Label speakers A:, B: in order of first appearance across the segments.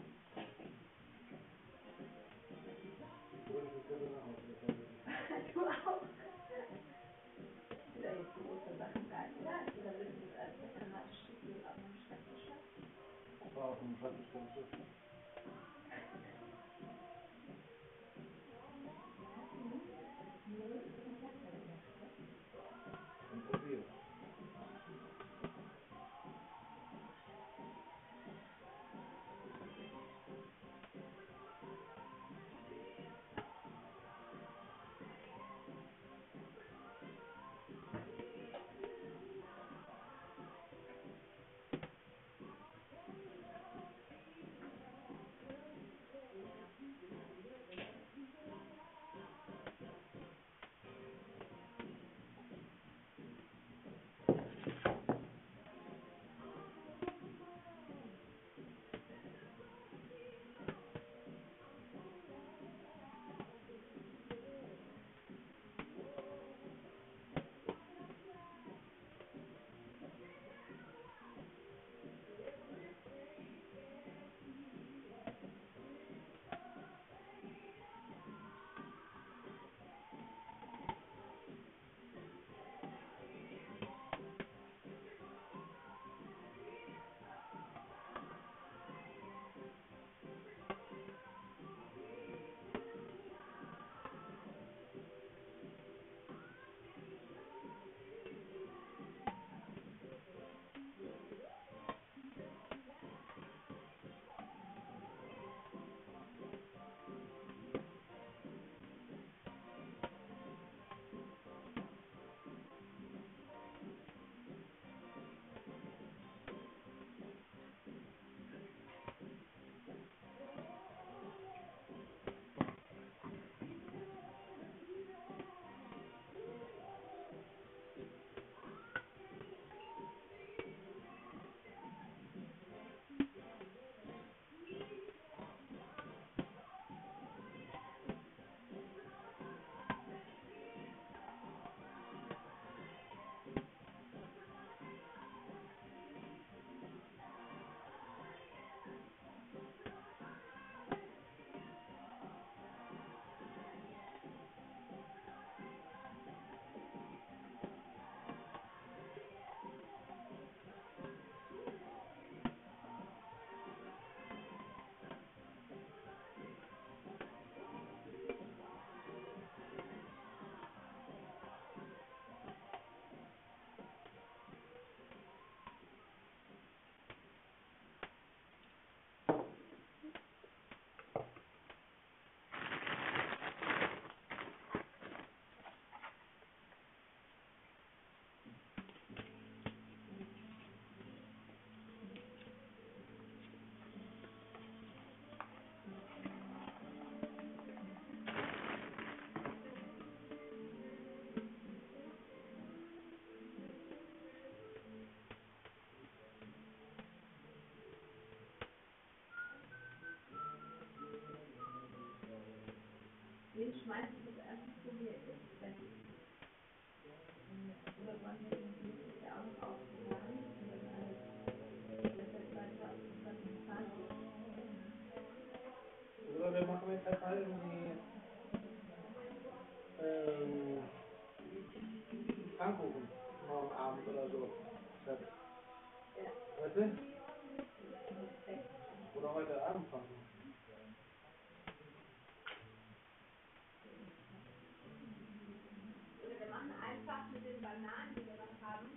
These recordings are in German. A: du auch. Wieder so große Sachen da. Ja, oder willst du das als mathematisch Spiel auf dem Schreibtisch haben?
B: war auf dem Schreibtisch ganz so. Dann probier.
A: Den schmeiß ich jetzt einfach so, wie er ist. Wenn oder wollen wir den Flug ja auch noch aufbewahren? Und dann halt- dass das weiter auf den ganzen Plan geht.
B: Oder wir machen jetzt halt mal irgendwie ähm, Pfannkuchen morgen Abend oder so. Statt. Weißt du? Oder heute Abend Pfannkuchen.
A: Oder wir machen einfach mit den Bananen, die wir machen,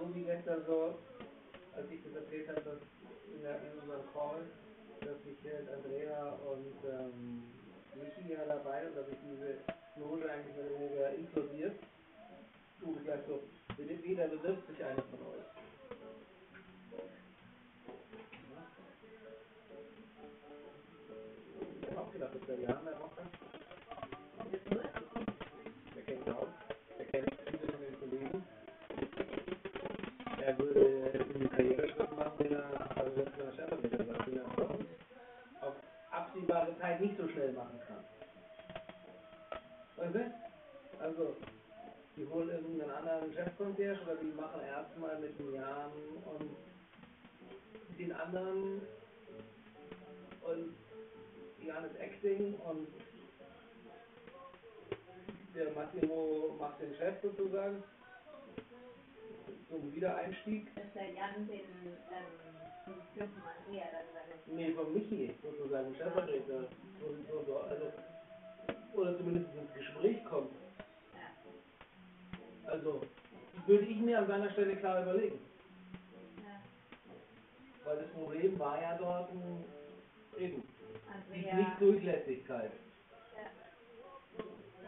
B: Rudi gestern so, als ich das erzählt habe, dass in, der, in unserem Call, dass ich äh, Andrea und ähm, Michi ja dabei und dass ich diese Lose eigentlich mehr oder weniger inkludiert. Du gesagt so, bitte wieder bewirbt sich einer von euch. Ich hab auch gedacht, dass der Jan der Woche. Der kennt auch. Der kennt viele von den Kollegen. Er würde einen Karriereschritt machen, den er, also das ist eine Sternerbildung, den er auf, auf absehbare Zeit nicht so schnell machen kann. Weißt du? Also, die holen irgendeinen anderen Chefkonzert oder die machen erstmal mit den Jahren und den anderen und Jan ist Acting und der Massimo macht den Chef sozusagen zum Wiedereinstieg.
A: Dass der Jan den, ähm, Typen Andrea dann seine
B: Nee, von Michi sozusagen Stellvertreter. So, so, so, also, oder zumindest ins Gespräch kommt. Also, würde ich mir an seiner Stelle klar überlegen. Weil das Problem war ja dort ähm, eben die
A: Andrea,
B: Nichtdurchlässigkeit.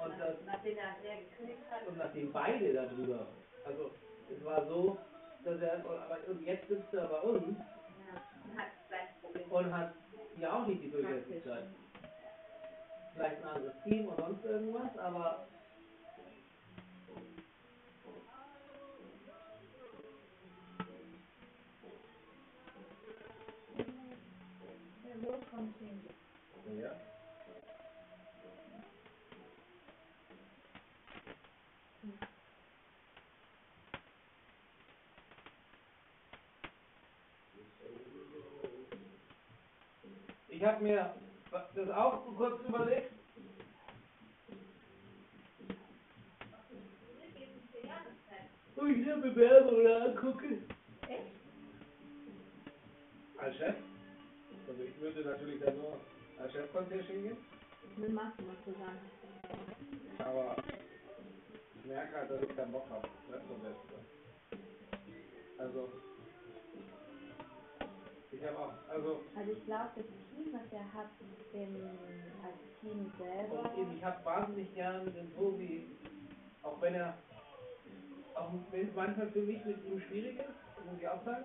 B: Und das
A: nachdem er Andrea gekündigt hat,
B: und nachdem beide darüber, also es war so, dass er, aber- und jetzt sitzt er bei uns
A: ja, hat das gleiche Problem.
B: und hat ja auch nicht die Durchlässigkeit. Vielleicht ein anderes Team oder sonst irgendwas, aber
A: Der Los kommt hin.
B: ja. Ich habe mir das auch kurz überlegt. Wo ich eine Bewerbung oder angucke.
A: Echt?
B: Als Chef? Also ich würde natürlich dann nur als Chefkonzert hingehen.
A: Mit Massimo zusammen.
B: Aber ich merke halt, dass ich keinen Bock ne, habe. Das ist das Beste. Also, ich habe auch, also,
A: Also ich glaube, das Team, was er hat, im, als Team selber,
B: und eben, ich habe wahnsinnig gern den Tobi, auch wenn er, auch wenn es manchmal für mich mit ihm schwierig ist, muss ich auch sagen,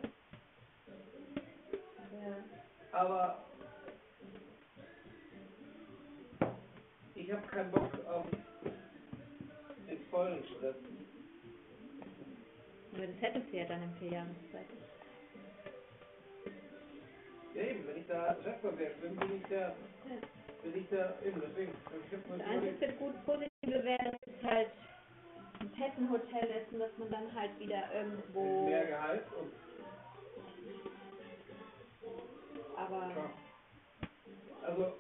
A: der,
B: aber ich habe keinen Bock auf den vollen Stress.
A: aber das hättest du ja dann in vier Jahren Zeit.
B: Ja eben, wenn ich da Chefkonzert bin, bin ich da, bin ich da, eben deswegen, ich habe
A: Das
B: mir überlegt,
A: einzige gut Positive wäre, dass es halt ein Kettenhotel ist und dass man dann halt wieder irgendwo,
B: mehr Gehalt und
A: aber
B: Ja. Also,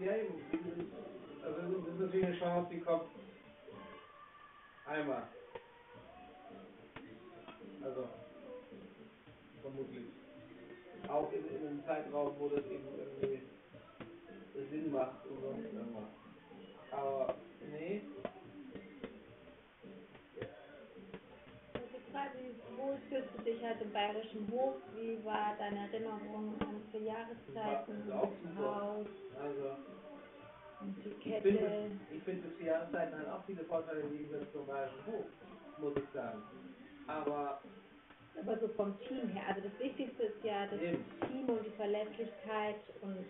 B: ja eben, also das ist natürlich eine Chance, die kommt einmal. Also, vermutlich. Auch in, in einem Zeitraum, wo das eben irgendwie Sinn macht und sonst irgendwas. Aber, nee,
A: das ist die Frage, wie wohl fühlst du dich halt im Bayerischen Hof? Wie war deine Erinnerung an vier Jahreszeiten,
B: Das war- das war auch
A: das
B: super.
A: Haus,
B: also,
A: und die
B: ich finde
A: Kette?
B: ich finde das Jahreszeiten hat auch viele Vorteile im Gegensatz zum Bayerischen Hof, muss ich sagen. Aber,
A: Aber so vom Team her, also das Wichtigste ist ja das
B: eben.
A: Team und die Verlässlichkeit und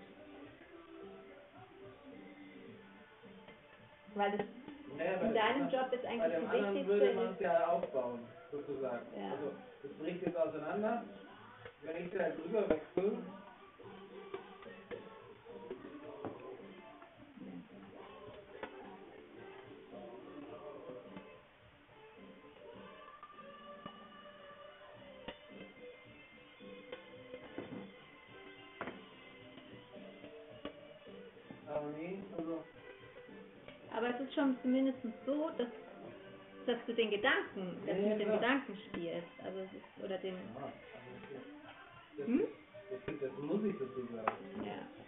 A: weil das
B: Naja,
A: in
B: weil-
A: deinem Job ist
B: Bei
A: eigentlich
B: dem
A: die
B: anderen würde man
A: wichtigste
B: es ja aufbauen, sozusagen.
A: Ja.
B: Also, das bricht jetzt auseinander. Wenn ich da drüber wechsle, aber nee, also,
A: Aber es ist schon zumindest so, dass, dass du den Gedanken, dass du
B: Ja, ja,
A: mit dem
B: klar.
A: Gedanken spielst. Also es ist, oder den
B: ja, also, das-
A: hm?
B: Pues, das, das muss ich sozusagen.
A: Ja.